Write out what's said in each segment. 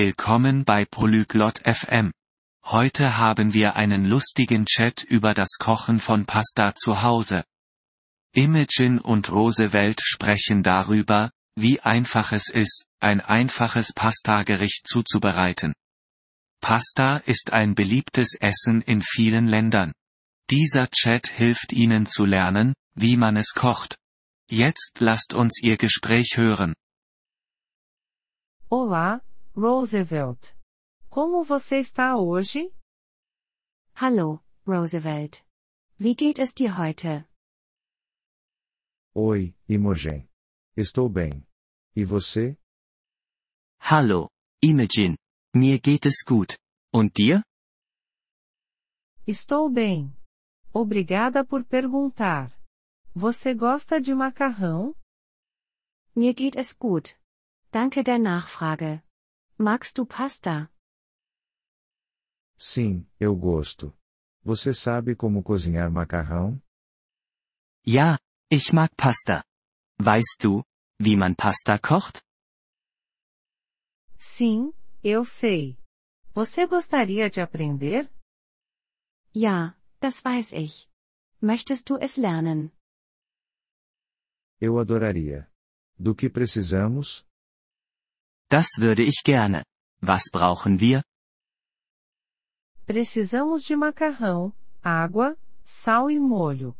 Willkommen bei Polyglot FM. Heute haben wir einen lustigen Chat über das Kochen von Pasta zu Hause. Imogen und Roosevelt sprechen darüber, wie einfach es ist, ein einfaches Pastagericht zuzubereiten. Pasta ist ein beliebtes Essen in vielen Ländern. Dieser Chat hilft Ihnen zu lernen, wie man es kocht. Jetzt lasst uns Ihr Gespräch hören. Olá, Roosevelt. Como você está hoje? Hallo, Roosevelt. Wie geht es dir heute? Oi, Imogen. Estou bem. E você? Hallo, Imogen. Mir geht es gut. Und dir? Estou bem. Obrigada por perguntar. Você gosta de macarrão? Mir geht es gut. Danke der Nachfrage. Magst du Pasta? Sim, eu gosto. Você sabe como cozinhar macarrão? Ja, ich mag Pasta. Weißt du, wie man Pasta kocht? Sim, eu sei. Você gostaria de aprender? Ja, das weiß ich. Möchtest du es lernen? Eu adoraria. Do que precisamos? Das würde ich gerne. Was brauchen wir? Precisamos de macarrão, água, sal e molho.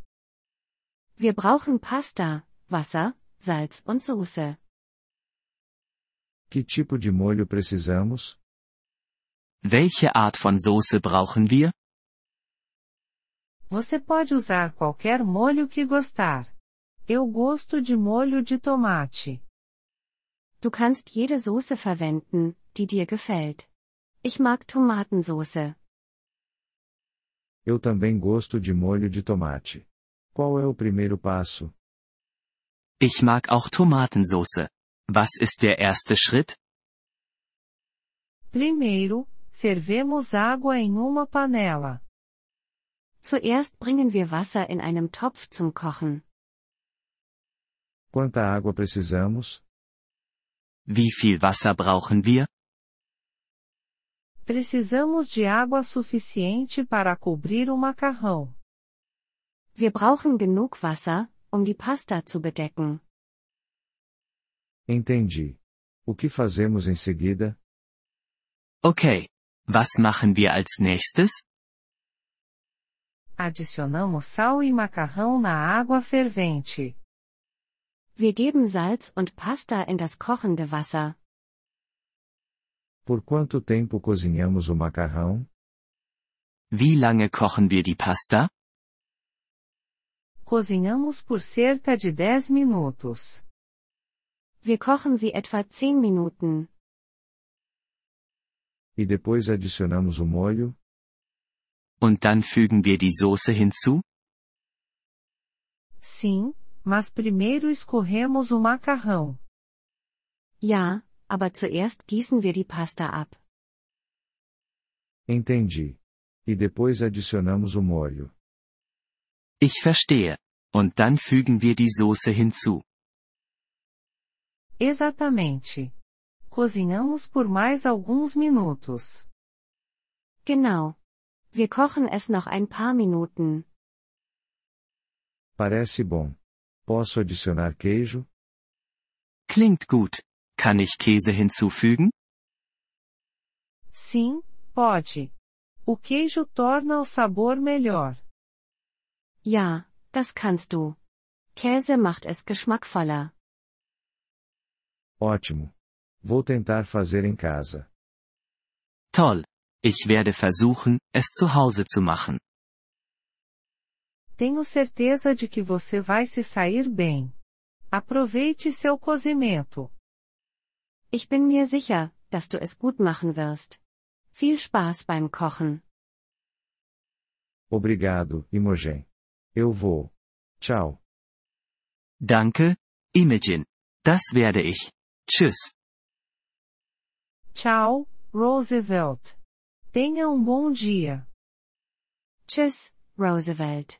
Wir brauchen Pasta, Wasser, Salz und Soße. Que tipo de molho precisamos? Welche Art von Soße brauchen wir? Você pode usar qualquer molho que gostar. Eu gosto de molho de tomate. Du kannst jede Soße verwenden, die dir gefällt. Ich mag Tomatensoße. Eu também gosto de molho de tomate. Qual é o primeiro passo? Ich mag auch Tomatensoße. Was ist der erste Schritt? Primeiro, fervemos água em uma panela. Zuerst bringen wir Wasser in einem Topf zum Kochen. Quanta água precisamos? Wie viel Wasser brauchen wir? Precisamos de água suficiente para cobrir o macarrão. Wir brauchen genug Wasser, um die Pasta zu bedecken. Entendi. O que fazemos em seguida? Okay. Was machen wir als nächstes? Adicionamos sal e macarrão na água fervente. Wir geben Salz und Pasta in das kochende Wasser. Por quanto tempo cozinhamos o macarrão? Wie lange kochen wir die Pasta? Cozinhamos por cerca de 10 minutos. Wir kochen sie etwa 10 Minuten. E depois adicionamos o molho? Und dann fügen wir die Soße hinzu? Sim, mas primeiro escorremos o macarrão. Ja, aber zuerst gießen wir die Pasta ab. Entendi. E depois adicionamos o molho. Ich verstehe. Und dann fügen wir die Soße hinzu. Exatamente. Cozinhamos por mais alguns minutos. Genau. Wir kochen es noch ein paar Minuten. Parece bom. Posso adicionar queijo? Klingt gut. Kann ich Käse hinzufügen? Sim, pode. O queijo torna o sabor melhor. Ja, das kannst du. Käse macht es geschmackvoller. Ótimo. Vou tentar fazer em casa. Toll. Ich werde versuchen, es zu Hause zu machen. Tenho certeza de que você vai se sair bem. Aproveite seu cozimento. Ich bin mir sicher, dass du es gut machen wirst. Viel Spaß beim Kochen. Obrigado, Imogen. Eu vou. Tchau. Danke, Imogen. Das werde ich. Tschüss. Tchau, Roosevelt. Tenha um bom dia. Tschüss, Roosevelt.